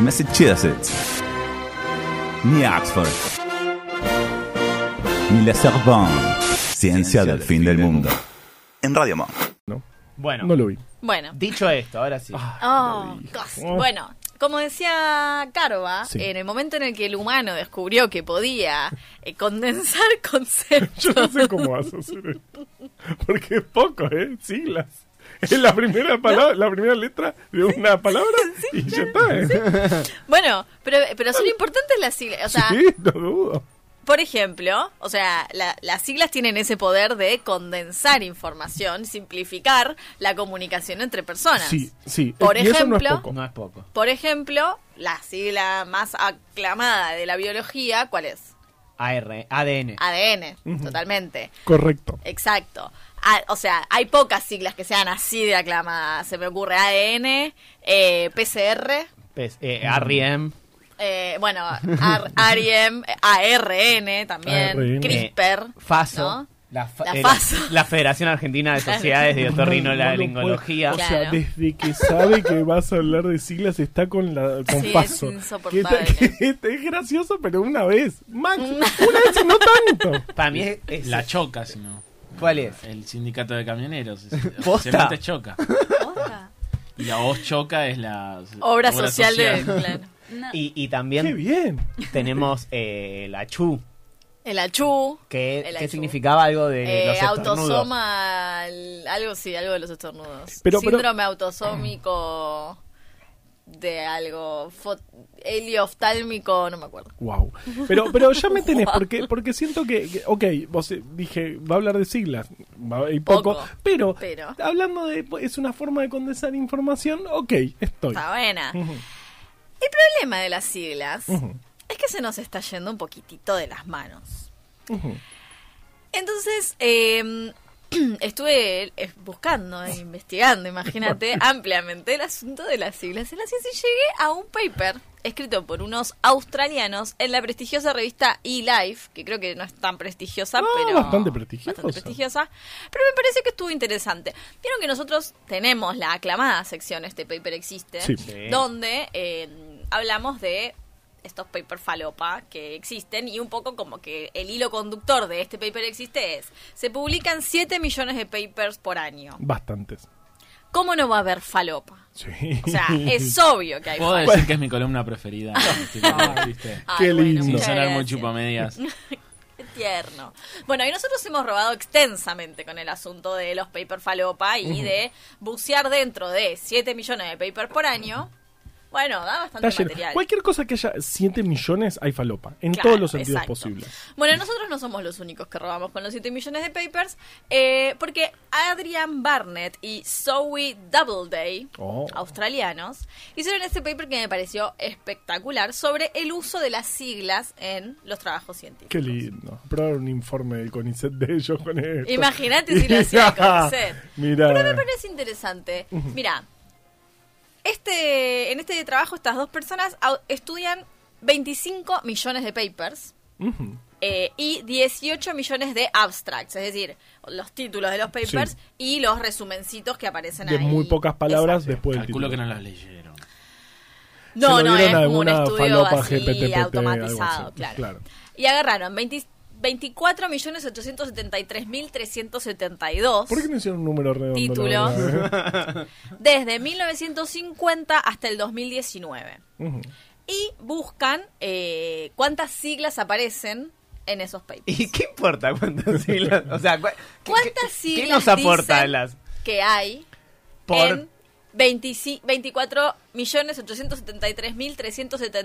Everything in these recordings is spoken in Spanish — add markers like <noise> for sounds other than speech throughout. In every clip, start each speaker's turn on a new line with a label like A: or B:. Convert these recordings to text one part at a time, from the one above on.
A: Massachusetts, ni Oxford, ni la Sorbonne. Ciencia del fin del mundo. En Radio Monk.
B: Bueno,
C: No lo vi. <laughs>
D: Bueno.
B: dicho esto, ahora sí.
D: Oh, cos- Bueno, como decía Carva,
C: Sí.
D: en el momento en el que el humano descubrió que podía eh, condensar <laughs> conceptos.
C: Yo no sé cómo vas a hacer esto. Porque es poco, ¿eh? Siglas. Es la primera palabra, la primera letra de una
D: <laughs>
C: palabra y ya está, ¿eh?
D: Bueno, pero, pero son importantes las siglas. O sea,
C: Sí, no dudo.
D: por ejemplo, o sea, la- las siglas tienen ese poder de condensar información, simplificar la comunicación entre personas.
C: Sí, sí.
D: Por
C: y eso no es
D: ejemplo-
C: poco.
B: No es poco.
D: Por ejemplo, la sigla más aclamada de la biología, ¿cuál es?
B: AR,
C: Eh.
B: ADN.
D: Ah. ADN, totalmente.
C: Correcto.
D: Exacto. Ah, o sea, hay pocas siglas que sean así de aclamadas. Se me ocurre ADN, eh, PCR,
B: Pues, eh, REM.
D: eh, bueno, AR- ARIEM, eh, ARN también,
C: ARN.
D: CRISPR,
B: Eh, FASO.
D: ¿no?
B: La, fa-
D: La
B: eh,
D: FASO.
B: <laughs> la Federación Argentina de
D: <laughs> Claro.
B: Sociedades de
C: O
B: Otorrinolaringología.
D: Claro.
C: pues. sea, desde que sabe que vas a hablar de siglas está con la con
D: Sí, es
C: paso.
D: insoportable.
C: Que está- <laughs> que es gracioso, pero una vez. Max,
D: <laughs>
C: una vez y no tanto.
B: Para mí es, es-
E: La choca, si no.
B: ¿Cuál es?
E: El sindicato de camioneros.
B: ¿Posta?
E: Se mete choca. Y la voz choca es la
D: Obra social de...
E: social.
D: <laughs> claro.
B: Y, y
C: Qué
B: también
C: bien.
B: tenemos eh, la CHU,
D: El achú,
B: que,
D: El
B: que
D: achú.
B: significaba algo de
D: eh,
B: los estornudos.
D: autosoma, el- algo sí, algo de los estornudos.
C: Pero- pero-
D: Síndrome autosómico de algo, fo- helioftálmico, no me acuerdo.
C: Wow. Pero, pero ya me tenés, porque, porque siento que, que- ok, vos eh, dije, va a hablar de siglas, va a ir poco,
D: Poco,
C: pero,
D: pero.
C: hablando de, es una forma de condensar información, ok, estoy.
D: Está buena.
C: Ujú.
D: El problema de las siglas
C: Ujú,
D: es que se nos está yendo un poquitito de las manos.
C: ujú.
D: Entonces, eh, <clears throat> estuve eh, buscando e
C: <laughs>
D: investigando, imagínate, ampliamente el asunto de las siglas en la ciencia y llegué a un paper escrito por unos australianos en la prestigiosa revista eLife, que creo que no es tan prestigiosa,
C: Ah,
D: pero...
C: bastante prestigiosa.
D: bastante prestigiosa, pero me parece que estuvo interesante. Vieron que nosotros tenemos la aclamada sección, este paper existe,
C: Sí.
B: Sí.
D: donde eh, hablamos de estos paper falopa que existen y un poco como que el hilo conductor de este paper existe es, se publican 7 millones de papers por año.
C: Bastantes.
D: ¿Cómo no va a haber falopa?
C: Sí. <laughs>
D: O sea, es obvio que hay
E: Puedo
D: falopa.
E: decir que es mi
D: <laughs>
E: columna preferida. tipo, ¿viste?
C: Qué
D: Ay, Ah, bueno,
C: lindo.
E: Sin
D: muchas
E: sonar muy
D: gracias. <laughs>
E: chupamedias.
D: Qué tierno. Bueno, y nosotros hemos robado extensamente con el asunto de los paper falopa y de bucear dentro de 7 millones de papers por año. Bueno, da bastante
C: Está lleno.
D: material.
C: Cualquier cosa que haya 7 millones hay falopa, en
D: Claro,
C: todos los sentidos
D: exacto.
C: posibles.
D: Bueno, nosotros no somos los únicos que robamos con los 7 millones de papers, eh, porque Adrian Barnett y Zoe Doubleday,
C: Oh.
D: australianos, hicieron este paper que me pareció espectacular sobre el uso de las siglas en los trabajos científicos.
C: Qué lindo. Probar un informe del CONICET de ellos con esto.
D: Imagínate si lo
C: <laughs>
D: hacía el CONICET.
C: Mira.
D: Pero me parece interesante. Mira, este, en este trabajo estas dos personas au- estudian 25 millones de papers
C: Ujú.
D: eh, y 18 millones de abstracts, es decir, los títulos de los papers
C: Sí.
D: y los resumencitos que aparecen
C: De
D: ahí.
C: muy pocas palabras
D: Exacto.
C: después del
E: Calculo
C: título.
E: que no las leyeron.
D: No,
C: Se lo
D: no,
C: dieron a
D: es como un
C: alguna
D: estudio
C: falopa
D: así
C: GPT, algo
D: automatizado,
C: así.
D: claro.
C: Claro.
D: Y agarraron 20 24.873.372
C: ¿Por qué no hicieron un número redondo? la
D: Títulos. <laughs>
C: verdad, eh?
D: desde 1950 hasta el 2019.
C: Ujú.
D: Y buscan eh, cuántas siglas aparecen en esos papers.
B: ¿Y qué importa cuántas siglas? O sea, cua- ¿qué-
D: ¿Cuántas
B: qué-
D: siglas
B: ¿Qué nos aporta
D: dicen
B: las
D: que hay
B: por
D: en 24.873.372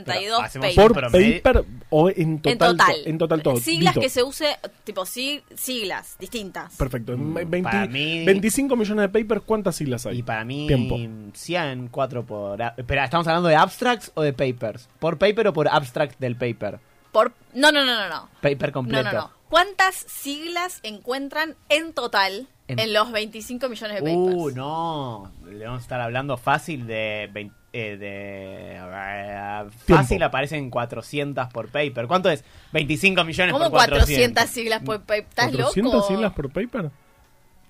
B: Pero hacemos
D: papers?
C: ¿Por
B: promedio-
C: paper o en
D: En
C: total?
D: total.
C: to- En total todo.
D: Siglas
C: Dito.
D: que se use, tipo sig- siglas distintas.
C: Perfecto. En veinte-
B: Mm, para mí-
C: 25 millones de papers, ¿cuántas siglas hay?
B: Y para mí,
C: Tiempo.
B: 100, 4 por... a- Espera, ¿estamos hablando de abstracts o de papers? ¿Por paper o por abstract del paper?
D: Por, no, no, no, no, no.
B: Paper completo.
D: No, no, no. ¿Cuántas siglas encuentran en total en,
B: En-
D: los 25 millones de papers?
B: Uh, no. Le vamos a estar hablando fácil de... vein- eh, de a ver, fácil
C: Tiempo.
B: aparecen 400 por paper. ¿Cuánto es? 25 millones
D: ¿Cómo
B: por Mm, 400.
D: 400 siglas por paper? ¿Estás
C: 400
D: loco?
C: siglas por paper?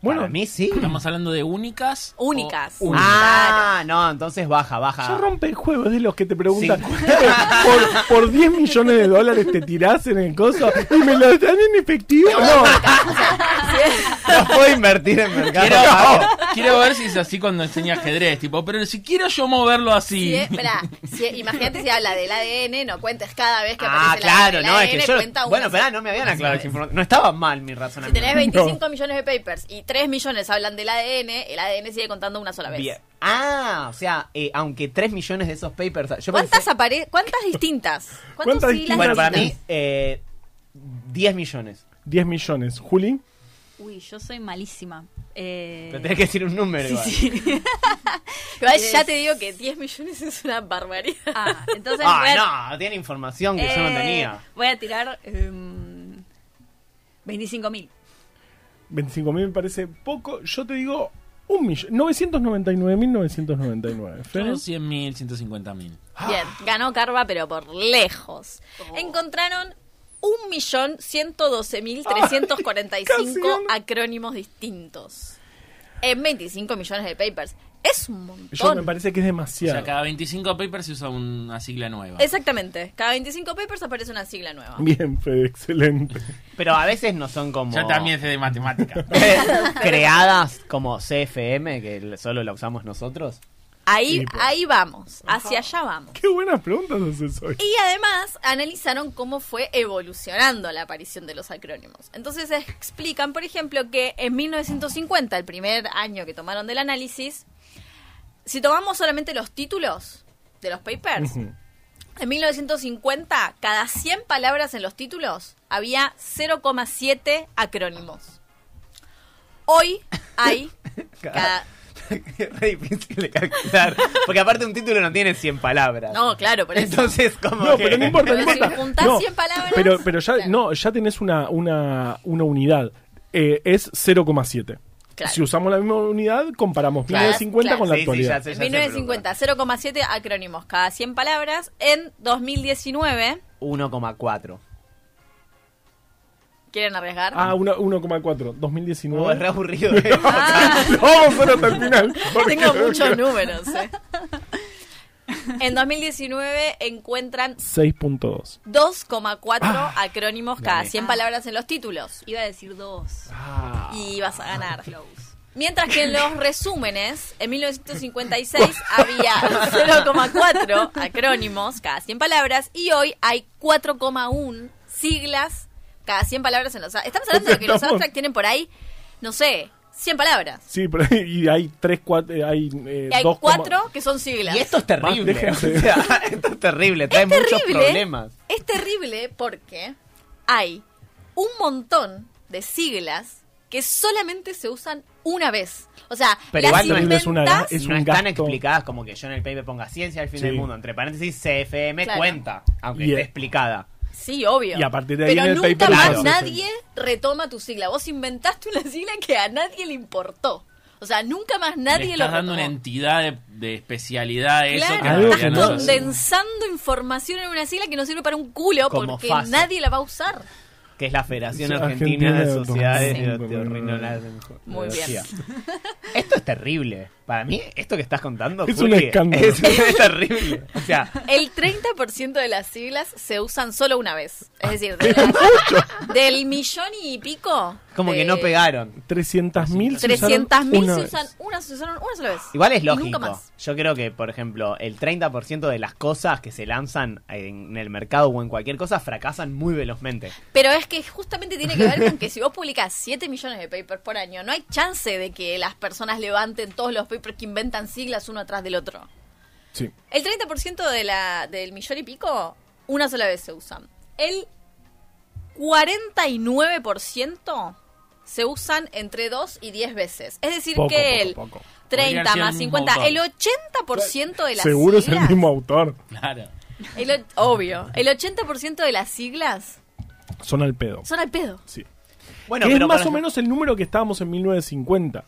C: Bueno,
B: Para mí sí.
E: Estamos hablando de únicas. o-
D: Únicas.
E: un-
B: Ah, no, entonces baja,
C: Ya
B: baja.
C: rompe el juego, es de los que te preguntan. <laughs> ¿Por, por 10 millones de dólares te tirás en el coso y me lo dan en efectivo? No,
B: No puedo invertir en mercado.
E: Quiero,
D: <laughs>
B: pago.
E: quiero ver si es así cuando enseña ajedrez, tipo, pero si quiero yo moverlo así.
D: Si
E: <laughs>
D: es- pará, si es- imagínate si habla del ADN, no cuentes cada vez que
B: Ah,
D: aparece
B: claro,
D: el
B: no, es
D: ADN,
B: que yo.
D: cuenta una
B: Bueno,
D: sola-
B: espera, no me habían
D: una sola
B: aclarado esa
D: vez.
B: información. No estaba mal mi
D: Si
B: razonamiento.
D: tenés 25 millones de papers y 3 millones hablan del ADN, el ADN sigue contando una sola vez.
B: Bien. Ah, o sea, eh, aunque 3 millones de esos papers. Yo
D: ¿Cuántas
B: pensé-
D: apare ¿Cuántas distintas?
C: <laughs>
D: ¿Cuántas
C: ¿Cuántas
D: siglas
B: Bueno, para mí,
D: distintas?
B: eh, 10 millones.
C: 10 millones. Juli,
F: Uy, yo soy malísima.
B: Pero
F: Eh,
B: tenés que decir un número.
F: <laughs>
B: igual. Ah,
D: Igual ya te digo que 10 millones es una barbaridad.
F: ah, entonces voy a-
B: Ah, no, tiene información que yo no
F: eh,
B: tenía.
F: Voy a tirar 25 mil.
C: 25 mil me parece poco. Yo te digo un millón. 999.999. Fer.
E: Yo 100.000, 150.000.
D: <laughs> Bien, ganó Carva, pero por lejos. Encontraron 1.112.345
C: Ay, casi.
D: acrónimos distintos. En 25 millones de papers. Es un
C: Yo me
D: montón.
C: parece que es
E: O
C: demasiado.
E: sea, cada 25 papers se usa una sigla nueva.
D: Exactamente. Cada 25 papers aparece una sigla nueva.
C: Bien, Fede, excelente. <laughs>
B: Pero a veces no son como.
E: Yo también sé de matemática.
B: <laughs> creadas como CFM, que solo la usamos nosotros.
D: Ahí,
C: Sí, pues.
D: ahí vamos. Hacia allá vamos.
C: Qué buenas preguntas haces hoy.
D: Y además analizaron cómo fue evolucionando la aparición de los acrónimos. Entonces explican, por ejemplo, que en 1950, el primer año que tomaron del análisis, si tomamos solamente los títulos de los papers,
C: <laughs> Ujú.
D: en 1950 cada 100 palabras en los títulos había 0,7 acrónimos. Hoy hay cada...
B: es <laughs> re difícil de calcular. Porque aparte un título no tiene 100 palabras.
D: No, claro, por eso.
B: Entonces, como
C: No,
B: que-
C: pero no importa, no
D: Pero si
C: importa.
D: juntás
C: No,
D: 100 palabras,
C: Pero, pero ya,
D: claro.
C: no, ya tenés una, una, una unidad. Eh, es 0,7.
D: Claro.
C: Si usamos la misma unidad, comparamos
D: Claro,
C: 1950
D: claro.
C: con la
B: Sí, sí,
C: actualidad.
B: ya sé,
D: En
B: ya sé, pero-
D: 1950, 0,7 acrónimos cada 100 palabras. En 2019,
B: 1,4.
D: ¿quieren arriesgar?
C: ah, una- 1,4.
B: No, es re
C: <laughs> 2019.
B: aburrido.
D: Ah,
C: No, vamos a ver hasta el
D: <laughs>
C: final. porque-
D: <laughs> tengo muchos números. eh. <laughs> En 2019 encuentran
C: 6.2.
D: 2,4
C: Ah.
D: acrónimos cada
B: gané.
D: 100 palabras en los títulos.
F: Iba a decir dos.
C: Ah.
D: Y vas a ganar.
F: Close.
D: Mientras que
C: <laughs>
D: en los resúmenes, en 1956 había 0,4 acrónimos cada 100 palabras y hoy hay 4,1 siglas cada 100 palabras en los... Estamos hablando de que los
C: Estamos-
D: abstracts tienen por ahí, no sé, 100 palabras.
C: Sí, pero <laughs> hay, y hay 3, 4. hay eh,
D: Y hay
C: 2,-
D: 4 que son siglas.
B: Y esto es terrible.
C: Más lejos.
B: <laughs> o sea, esto es terrible. Trae muchos problemas.
D: Es terrible porque hay un montón de siglas que solamente se usan una vez. O sea,
B: Pero
D: las
B: igual no
C: es una-
D: inventás-
C: es
B: no
C: un
B: están
C: gasto.
B: explicadas como que yo en el paper ponga ciencia al fin
C: Sí.
B: del mundo. Entre paréntesis, CFM
D: Claro.
B: cuenta. Aunque
C: Y, eh,
B: esté explicada.
D: Sí, obvio.
C: Y a partir de ahí
D: Pero
C: en el
D: nunca
C: paper
D: más
B: usas
C: esa.
D: nadie retoma tu sigla. Vos inventaste una sigla que a nadie le importó. O sea, nunca más
E: Le
D: nadie lo
E: estás dando
D: retomó.
E: una entidad de, de especialidad a eso
D: Claro,
E: que en
C: Algo
E: realidad
C: que
E: no
D: estás
C: no-
E: es.
D: condensando información en una sigla que no sirve para un culo
B: Como
D: porque
B: fácil.
D: nadie la va a usar.
B: Que es la Federación
C: Sí,
B: Argentina,
C: Argentina
B: de
C: de
B: Sociedades
C: Sí.
B: de Otorrinolaringología.
D: Muy bien.
B: Esto es terrible. Para mí, esto que estás contando
C: Es
B: Juli,
C: un escándalo.
B: Es, <laughs> es terrible. O sea,
D: El 30% de las siglas se usan solo una vez. Es decir, de las- del millón y pico.
B: como
D: de-
B: que no pegaron.
C: 300.000 se usaron
D: 300.000
C: una
D: se
C: vez.
D: usan una, se usaron una sola vez.
B: Igual es
D: Y nunca
B: lógico.
D: más.
B: Yo creo que, por ejemplo, el 30% de las cosas que se lanzan en el mercado o en cualquier cosa fracasan muy velozmente.
D: Pero es que justamente tiene que ver con que si vos publicás 7 millones de papers por año, no hay chance de que las personas levanten todos los papers que inventan siglas uno atrás del otro.
C: Sí.
D: El 30% de la, del millón y pico, una sola vez se usan. El 49% se usan entre 2 y 10 veces. Es decir,
C: Poco,
D: que el
C: poco, poco.
D: 30
E: Podría
D: más
E: ser el mismo
D: 50,
E: autor.
D: el 80% de las
C: Seguro es
D: siglas.
C: el mismo autor.
E: Claro.
D: el o- obvio. El 80% de las siglas
C: Son al pedo.
D: son al pedo.
C: Sí.
B: Bueno,
C: que
B: pero
C: es más
B: por
C: o
B: ej-
C: menos el número que estábamos en 1950,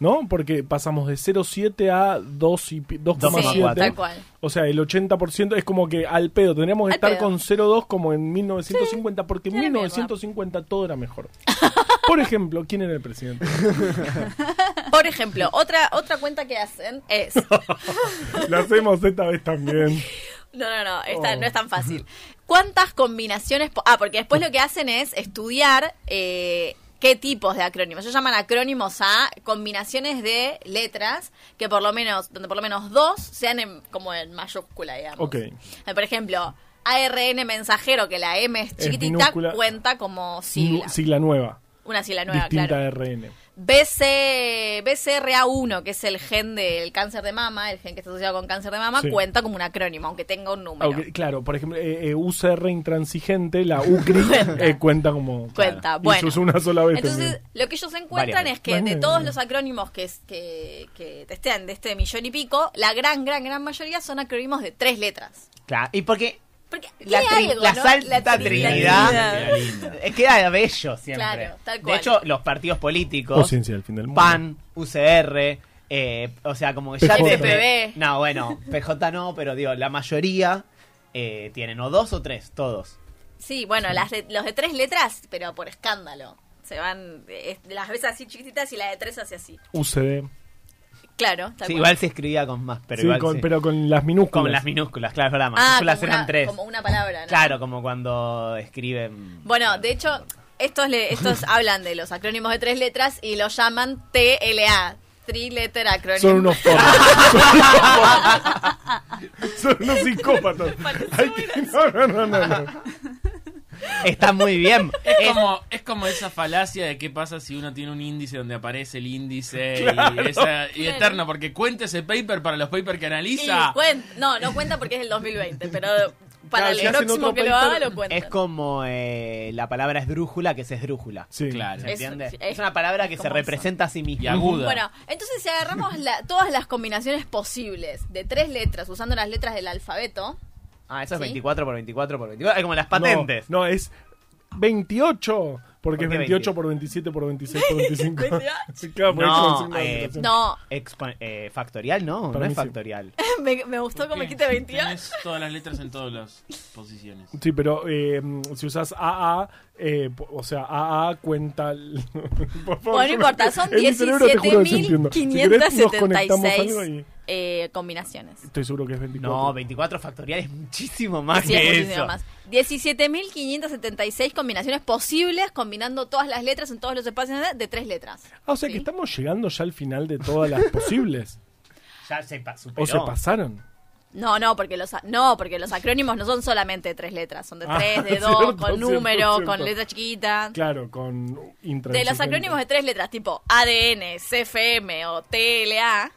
C: ¿no? Porque pasamos de 0,7 a 2 y pi- 2,7.
D: Sí, tal cual.
C: O sea, el 80% es como que al pedo. Tendríamos que
D: Al
C: estar
D: pedo.
C: con 0,2 como en 1950, porque en
D: era
C: 1950 todo era mejor. Por ejemplo, ¿quién era el
D: <laughs>
C: presidente?
D: Por ejemplo, otra, otra cuenta que hacen es.
C: Lo hacemos esta vez también.
D: No, no, no, esta
C: Oh.
D: no es tan fácil. ¿Cuántas combinaciones? po- Ah, porque después lo que hacen es estudiar eh, qué tipos de acrónimos. Ellos llaman acrónimos a combinaciones de letras que por lo menos, donde por lo menos dos sean en- como en mayúscula, digamos.
C: Ok.
D: Eh, Por ejemplo, ARN mensajero, que la M es chiquitita,
C: minúscula.
D: cuenta como sigla.
C: Nu- Sigla nueva.
D: Una sigla nueva,
C: distinta
D: claro.
C: de RN.
D: BC, BCRA1, que es el gen del cáncer de mama, el gen que está asociado con cáncer de mama,
C: Sí.
D: cuenta como un acrónimo, aunque tenga un número.
C: Aunque, claro, por ejemplo, eh, eh, UCR intransigente, la
D: <laughs>
C: UCRI, eh, cuenta como.
D: Cuenta,
C: Y
D: bueno.
C: se usó una sola vez.
D: Entonces,
C: también.
D: lo que ellos encuentran
B: Variable.
D: es que de
C: Variable.
D: todos los acrónimos que, es- que, que testean de este millón y pico, la gran, gran, gran mayoría son acrónimos de tres letras.
B: Claro, y porque
D: Porque
B: la,
D: tiene
B: tri-
D: algo,
B: la
D: ¿no?
B: Santa
D: La
B: Trinidad,
E: Trinidad
B: <laughs>
E: linda.
B: eh, queda bello siempre.
D: Claro, tal cual.
B: De hecho, los partidos políticos,
C: O ciencia del fin del mundo.
B: PAN, UCR, eh, o sea, como que ya
C: PJ.
D: FPV.
B: No, bueno, PJ no, pero digo, la mayoría eh, tienen o dos o tres, todos.
D: Sí, bueno, las de- los de tres letras, pero por escándalo. Se van, eh, es- las ves así chiquititas y las de tres hace así.
C: UCD.
D: Claro, tal
B: Sí,
D: cual.
B: igual se escribía con más, pero
C: Sí,
B: igual
C: con-
B: sí.
C: pero con las minúsculas.
B: con las minúsculas, claro, es verdad,
D: Ah,
B: mayúsculas
D: como
B: eran
D: una-
B: tres.
D: como una palabra, ¿no?
B: Claro, como cuando mm, escriben.
D: Bueno, de hecho, estos,
B: <laughs>
D: le- estos hablan de los acrónimos de tres letras y los llaman TLA. Tri-letter acrónimo.
C: Son
D: <laughs>
C: unos forros. Son unos psicópatas. Hay <laughs> que- No, no, no, no, no.
B: Está muy
D: <laughs>
B: bien.
E: Es
B: Es-
E: como, es como esa falacia de qué pasa si uno tiene un índice donde aparece el índice y esa- y, eterno, porque cuenta ese paper para los papers que
D: Y
E: analiza.
D: cuen- no, no cuenta porque es el 2020, pero para
C: <laughs> Claro, si
D: el
C: hacen
D: próximo
C: otro
D: que lo
C: paper-
D: haga lo cuenta.
B: Es como eh, la palabra esdrújula, que es esdrújula.
C: Sí.
E: Claro.
B: ¿Se entiende?
D: Es-
B: Es, una palabra que
D: es
B: se
D: como
B: representa a sí misma.
E: Y aguda.
D: Bueno, entonces si agarramos la- todas las combinaciones posibles de tres letras usando las letras del alfabeto,
B: Ah, eso es
D: ¿Sí?
B: 24 por 24 por 24. Es como las patentes.
C: No, no, es 28. Porque
B: ¿Por qué
C: es 28 por 27 por 26 por
D: <laughs>
C: 25. <laughs> Claro, porque
B: No,
C: es con signo de
B: eh,
C: admiración.
D: no, <laughs>
B: Expo- eh, factorial no,
C: Para mí
B: no es
C: sí.
B: factorial.
D: me, me gustó como quité 22.
E: Tenés todas las letras en todas las posiciones.
C: Sí, pero eh, si usas AA, eh, po- o sea, AA cuenta. el- <laughs> Por favor,
D: Bueno, no
C: yo
D: importa, son
C: en mi cerebro te juro que se entiendo. Si querés, nos conectamos algo
D: 17.576
C: y-
D: eh, combinaciones.
C: Estoy seguro que es 24.
B: No, 24 factorial es muchísimo más
D: Sí, es
B: que
D: muchísimo
B: eso.
D: más. 17.576 combinaciones posibles combinando todas las letras en todos los espacios de tres letras.
C: Ah, o sea
D: Sí.
C: que estamos llegando ya al final de todas
D: <laughs>
C: las posibles.
B: Ya se pa- superó.
C: o se pasaron.
D: No, no, porque los a- no, porque los acrónimos no son solamente tres letras, son de
C: Ah,
D: tres, de dos,
C: <laughs> cierto,
D: con
C: cierto,
D: número,
C: cierto.
D: con letra chiquita.
C: Claro, con
D: De los acrónimos de tres letras, tipo ADN, CFM o TLA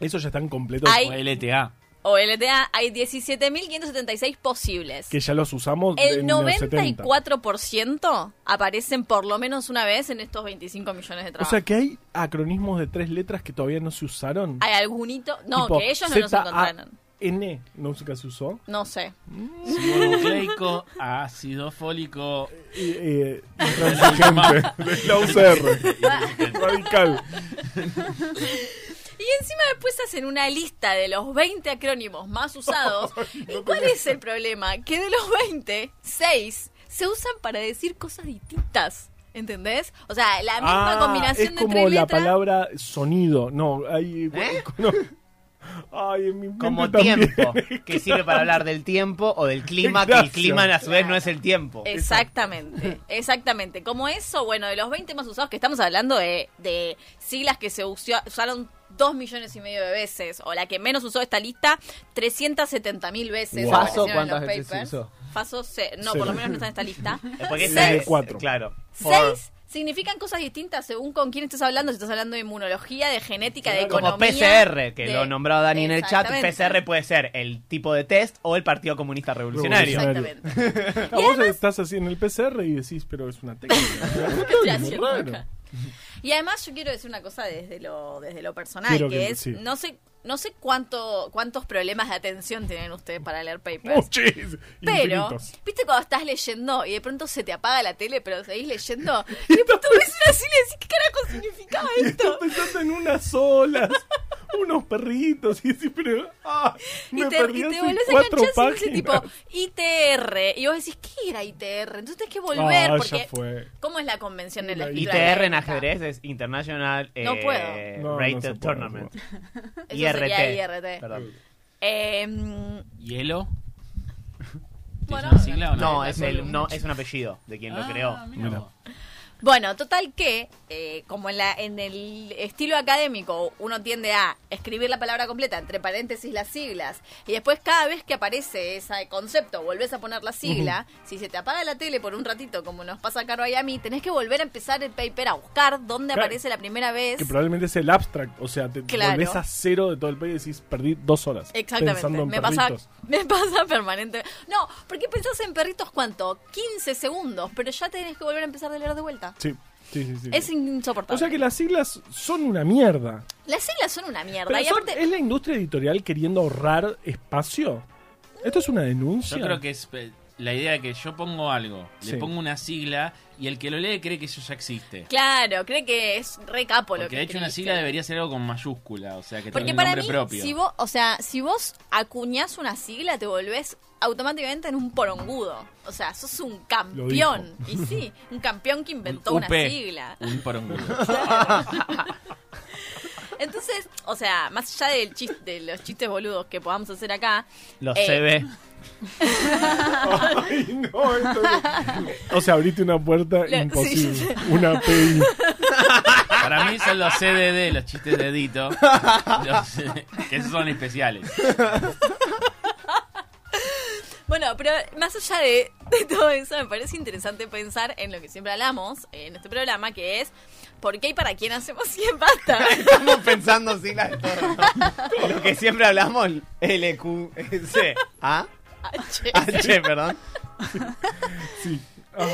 C: Eso ya están completos.
D: Hay-
E: O LTA.
D: o LTA, hay 17.576 posibles.
C: Que ya los usamos.
D: El
C: en los 70.
D: 94% aparecen por lo menos una vez en estos 25 millones de
C: O
D: trabajos.
C: sea que hay acronismos de tres letras que todavía no se usaron.
D: hay algunito, no,
C: Tipo,
D: que ellos no los
C: ZA
D: encontraron.
C: N, E, no sé qué se usó.
D: No sé.
E: Ribonucleico, ácido fólico.
C: Y,
B: <laughs>
C: eh, intransigente.
D: <laughs>
C: de la UCR. Radical.
D: Y encima después hacen una lista de los 20 acrónimos
C: <laughs>
D: más usados. ¿Y cuál es el problema? Que de los 20, 6 se usan para decir cosas distintas. ¿Entendés? O sea, la misma
C: Ah,
D: combinación
C: es
D: de
C: como
D: tres
C: la
D: letras.
C: palabra sonido. No, hay.
B: ¿Eh?
C: <laughs> no. Ay, en mi mente
B: Como
C: también.
B: tiempo,
C: <laughs>
B: que sirve para hablar del tiempo o del clima, que el
C: Gracias.
B: clima a su vez no es el tiempo.
C: <laughs>
D: Exactamente, exactamente. Como eso, bueno, de los 20 más usados que estamos hablando de, de siglas que se usó- usaron 2 millones y medio de veces, o la que menos usó esta lista, 370 mil veces.
B: Wow.
D: aparecieron en
B: ¿Cuántas
D: los
B: veces se
D: papers.
B: usó?
D: Faso, se- no,
C: Cero.
D: por lo menos no está en esta lista.
B: Eh, Porque
D: Seis.
B: esa <laughs> es-
C: Cuatro.
B: Claro. For-
D: Seis significan cosas distintas según con quién estés hablando. Si estás hablando de inmunología, de genética, de economía.
B: Como PCR, que
D: de-
B: lo nombraba Dani en el chat,
D: Exactamente.
B: PCR puede ser el tipo de test o el Partido Comunista Revolucionario.
C: Revolucionario.
D: Exactamente.
C: Ah, vos estás así en el PCR y decís, pero es una
D: <laughs>
C: técnica.
D: estoy
C: Es muy
D: haciendo
C: raro.
D: acá? Y además yo quiero decir una cosa desde lo, desde lo personal,
C: Quiero
D: que,
C: que-
D: es,
C: sí.
D: no sé, no sé cuánto, cuántos problemas de atención tienen ustedes para leer papers.
C: Muchis,
D: Pero, <laughs>
C: infinitos.
D: ¿viste cuando estás leyendo y de pronto se te apaga la tele, pero
C: <laughs>
D: seguís leyendo? Y de pronto ves una sigla y decís, ¿qué carajo significaba
C: Estás
D: esto?
C: pensando en unas olas. unos perritos y decís, pero. Ah,
D: Y
C: me
D: te,
C: perdí
D: y te
C: hace
D: volvés a
C: cuatro
D: enganchar y dice tipo
C: páginas.
D: ITR. Y vos decís, ¿qué era ITR? Entonces tenés que volver
C: Ah, ya
D: porque.
C: fue.
D: ¿Cómo es la convención en la
C: La
D: escritura
B: ITR en
D: académica?
B: ajedrez es International
D: No
B: eh,
C: No,
D: puedo.
C: no
B: Rated
C: se puede,
B: Tournament.
D: <laughs> Eso
B: IRT.
D: sería IRT.
B: Perdón.
D: Eh, mm,
E: ¿Hielo?
D: Bueno,
E: ¿Es una sigla o no?
B: No, es, el, no, es un apellido de quien lo
E: Ah,
B: creó.
E: mira
C: Mira.
E: vos.
D: Bueno, total que, eh, como en, la, en el estilo académico uno tiende a escribir la palabra completa, entre paréntesis las siglas, y después cada vez que aparece ese concepto volvés a poner la sigla, si se te apaga la tele por un ratito, como nos pasa a Caro y a mí, tenés que volver a empezar el paper a buscar dónde
C: Claro.
D: aparece la primera vez.
C: Que probablemente es el abstract. O sea, te
D: Claro.
C: volvés a cero de todo el país y decís, perdí dos horas. Pensando
D: Exactamente,
C: en
D: me pasa,
C: perritos.
D: <laughs> me pasa permanente. No, porque pensás en perritos cuánto, 15 segundos, pero ya tenés que volver a empezar de leer de vuelta.
C: Sí, sí, sí. sí.
D: Es insoportable.
C: o sea que las siglas son una mierda.
D: Las siglas son una mierda.
C: Pero
D: y
C: son-
D: aparte-
C: ¿Es la industria editorial queriendo ahorrar espacio? ¿Esto es una denuncia?
E: Yo creo que es eh, la idea de que yo pongo algo,
C: Sí.
E: le pongo una sigla y el que lo lee cree que eso ya existe.
D: Claro, cree que es re capo lo
E: Porque
D: que
E: de hecho una
D: escribiste.
E: sigla debería ser algo con mayúscula, o sea, que
D: Porque
E: tenga un
D: para
E: nombre
D: mí,
E: propio.
D: si vos, o sea, si vos acuñás una sigla, te volvés automáticamente en un porongudo. O sea, sos un campeón. Y sí, un campeón que inventó una
E: UP,
D: sigla.
E: Un porongudo.
D: Entonces, o sea, más allá del chiste, de los chistes boludos que podamos hacer acá,
B: Los
D: Eh, <laughs>
B: CB.
C: Ay, <laughs> no, esto es- O sea, abriste una puerta
D: La-
C: imposible.
D: sí,
C: Una PI.
E: Para mí son los CDD, los chistes de Dito, los, eh, que esos son especiales.
D: Bueno, pero más allá de, de todo eso, me parece interesante pensar en lo que siempre hablamos en este programa, que es por qué y para quién hacemos <laughs> 100 basta.
B: Estamos pensando en siglas de torno. Lo que siempre hablamos, L, Q, C, A,
D: H.
B: H, perdón.
C: Sí. Ah,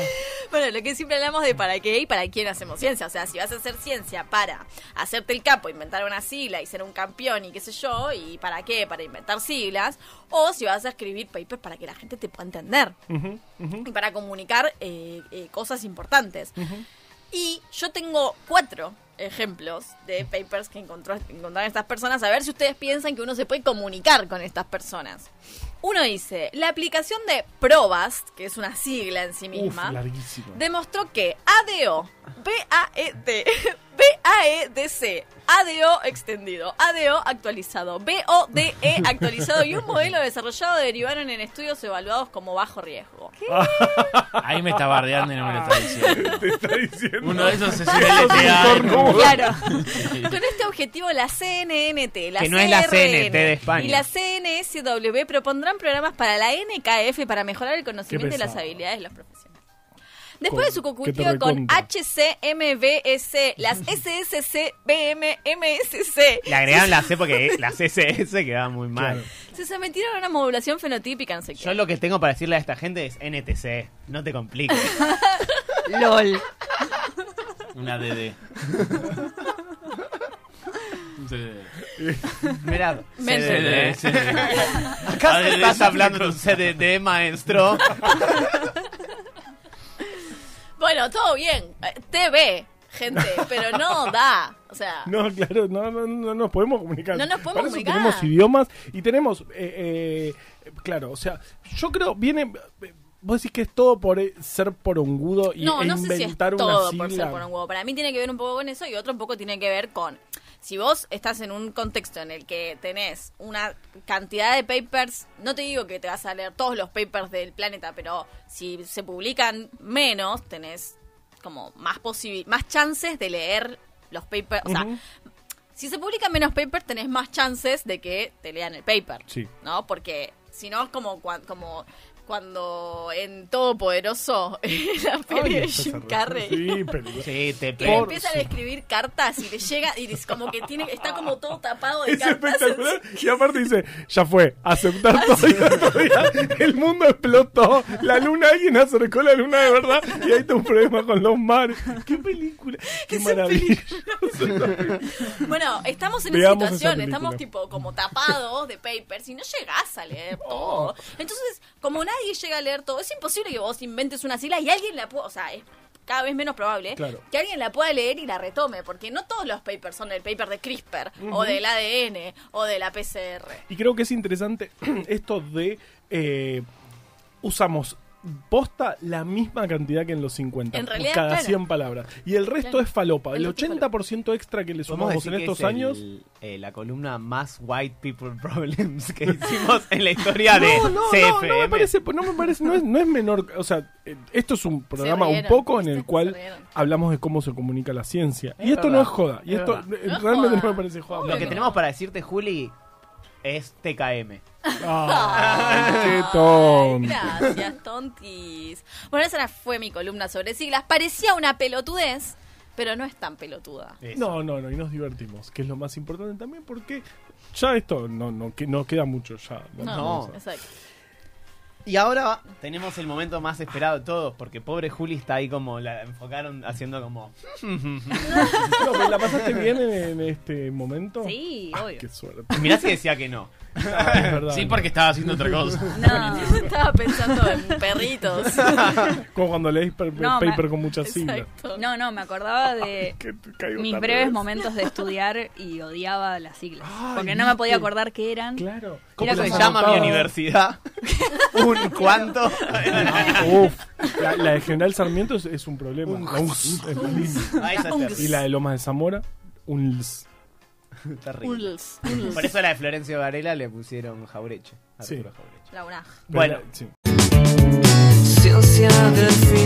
D: Bueno, lo que siempre hablamos de para qué y para quién hacemos ciencia. O sea, si vas a hacer ciencia para hacerte el capo, inventar una sigla y ser un campeón y qué sé yo, y para qué, para inventar siglas, o si vas a escribir papers para que la gente te pueda entender
C: ujú, ujú.
D: y para comunicar eh, eh, cosas importantes. Y yo tengo cuatro ejemplos de papers que encontró, encontraron estas personas, a ver si ustedes piensan que uno se puede comunicar con estas personas. Uno dice, la aplicación de Probast, que es una sigla en sí
C: Uf,
D: misma,
C: larguísimo.
D: demostró que ADO, <laughs> BAET, E BAEDC, ADO extendido, ADO actualizado, BODE E actualizado y un modelo desarrollado derivaron en estudios evaluados como bajo riesgo.
E: Ahí me está bardeando y no me lo está
C: <laughs>
E: diciendo.
C: Te está diciendo.
E: Uno de esos es el
C: <laughs> Tornudo.
E: LTA.
D: Claro. <laughs> Con este objetivo, la CNNT, la
B: Que no es la
D: CRN,
B: CNT de España.
D: y la CNSW propondrán programas para la NKF para mejorar el conocimiento y las
C: pesado.
D: habilidades de los profesionales. Después de su
C: Con- que te
D: cocutío con
C: recontra.
D: HCMBS,
C: <laughs>
D: las SSCBM, MSC,
B: Le agregaron la C porque la CSS quedaba muy mal.
C: Claro.
D: se sometieron a una modulación fenotípica, no sé qué.
B: Yo lo que tengo para decirle a esta gente es NTC, no te compliques. <laughs>
F: LOL.
C: <laughs>
E: Una DD. Un CDD.
B: <laughs> Mirá,
D: Men-
E: CDD,
B: CDD.
E: CDD.
B: ¿Acaso
E: ADD,
B: estás
E: sí,
B: hablando de un CDD, maestro?
D: Bueno, todo bien, eh, TV, gente, pero no da. O sea,
C: <laughs> No, claro, no, no, no nos podemos comunicar.
D: No nos podemos
C: Para eso
D: comunicar.
C: tenemos idiomas y tenemos, eh, eh, claro, o sea, yo creo, viene, eh, vos decís que es todo por eh, ser porongudo y
D: No,
C: e
D: no sé si es
C: inventar una
D: todo
C: sigla.
D: por ser por un huevo. Para mí tiene que ver un poco con eso y otro un poco tiene que ver con. Si vos estás en un contexto en el que tenés una cantidad de papers, no te digo que te vas a leer todos los papers del planeta, pero si se publican menos, tenés como más posibil más chances de leer los papers. O sea,
C: Ujú.
D: si se publican menos papers, tenés más chances de que te lean el paper.
C: Sí.
D: ¿No? Porque si no es como, cuan- como cuando en Todopoderoso, <laughs> en la
C: Ay,
D: peli de
C: esa
D: Jim
C: se
D: Carrey.
C: re- Sí, pero...
B: Sí, te
D: Que
B: pego.
D: empiezan a escribir cartas y le llega y dice como que tiene está como todo tapado
C: <laughs>
D: de
C: Es
D: cartas.
C: espectacular. Y aparte dice, ya fue, aceptar todo y todo día, El mundo explotó. La luna, alguien acercó la luna de verdad. Y ahí está un problema con los mares. Qué
D: <laughs>
C: película. Qué maravilla.
D: Bueno, estamos en esa
C: Veamos esa
D: situación,
C: película.
D: estamos tipo como tapados de papers y no llegás a leer todo. Entonces, como nadie llega a leer todo, es imposible que vos inventes una sigla y alguien la pueda, o sea, es cada vez menos probable,
C: Claro.
D: que alguien la pueda leer y la retome, porque no todos los papers son el paper de CRISPR, o del ADN, o de la PCR.
C: Y creo que es interesante <clears throat> esto de eh, usamos posta la misma cantidad que en los 50,
D: En realidad,
C: cada
D: claro.
C: 100 palabras. Y el resto
D: Claro.
C: es falopa. El,
D: El resto es
C: 80% extra que le
B: Podemos
C: sumamos
B: decir
C: en
B: que
C: estos
B: es el-
C: años...
B: eh, la columna más white people
C: <laughs>
B: problems que hicimos en la historia de
C: No, no, no,
B: CFM.
C: no me parece, no me parece, no es, no es menor, o sea, eh, esto es un programa un
D: rieron,
C: poco en
D: ¿viste?
C: el
D: Se
C: cual
D: rieron.
C: hablamos de cómo se comunica la ciencia.
B: Es
C: y esto
B: verdad,
C: no es joda, y
B: es
C: esto
B: verdad.
C: eh,
D: No es
C: realmente
D: joda.
C: no me parece joda.
B: Lo que tenemos para decirte, Juli, es TKM.
C: Ah. Ay, qué
D: Ay,
C: tonto.
D: Gracias, tontis. Bueno, esa era- fue mi columna sobre siglas. Parecía una pelotudez, pero no es tan pelotuda.
B: Eso.
C: No, no, no, y nos divertimos, que es lo más importante también porque ya esto no no que no queda mucho ya.
B: No.
D: Exacto.
B: Y ahora va- tenemos el momento más esperado de todos, porque pobre Juli está ahí como la enfocaron haciendo como.
C: No, pero la pasaste bien en, en este momento.
F: Sí,
C: Ah,
F: obvio.
C: Qué suerte.
B: Mirá si decía que no.
C: Ay, es verdad.
E: Sí, porque estaba haciendo otra cosa.
D: <laughs>
F: No,
D: Estaba pensando en perritos.
C: <laughs> como cuando leís per-
F: No,
C: paper
F: ma-
C: con muchas siglas.
D: Exacto.
F: no, no, me acordaba de
B: Ah,
C: Que te caigo
F: mis
C: tarde.
F: breves momentos de estudiar y odiaba las siglas.
C: Ay,
F: Porque no me podía
C: viste.
F: acordar qué eran.
C: Claro.
B: ¿Cómo
F: Era
B: se
F: como-
B: llama mi
C: Anotado.
B: universidad? <laughs> ¿Un <laughs> cuánto?
F: <laughs>
C: Uf, la, la de General Sarmiento es, es un problema. La uns, es malísima.
B: Ah, esa es terrible.
C: y la de Lomas de Zamora, un ls.
B: Terrible.
D: Ulls, ulls.
B: Por eso a la de Florencio Varela le pusieron Jaureche.
C: Sí.
B: Arturo Jaureche.
D: La unaj.
B: Bueno.
C: Pero, sí.
G: Ciencia del fin.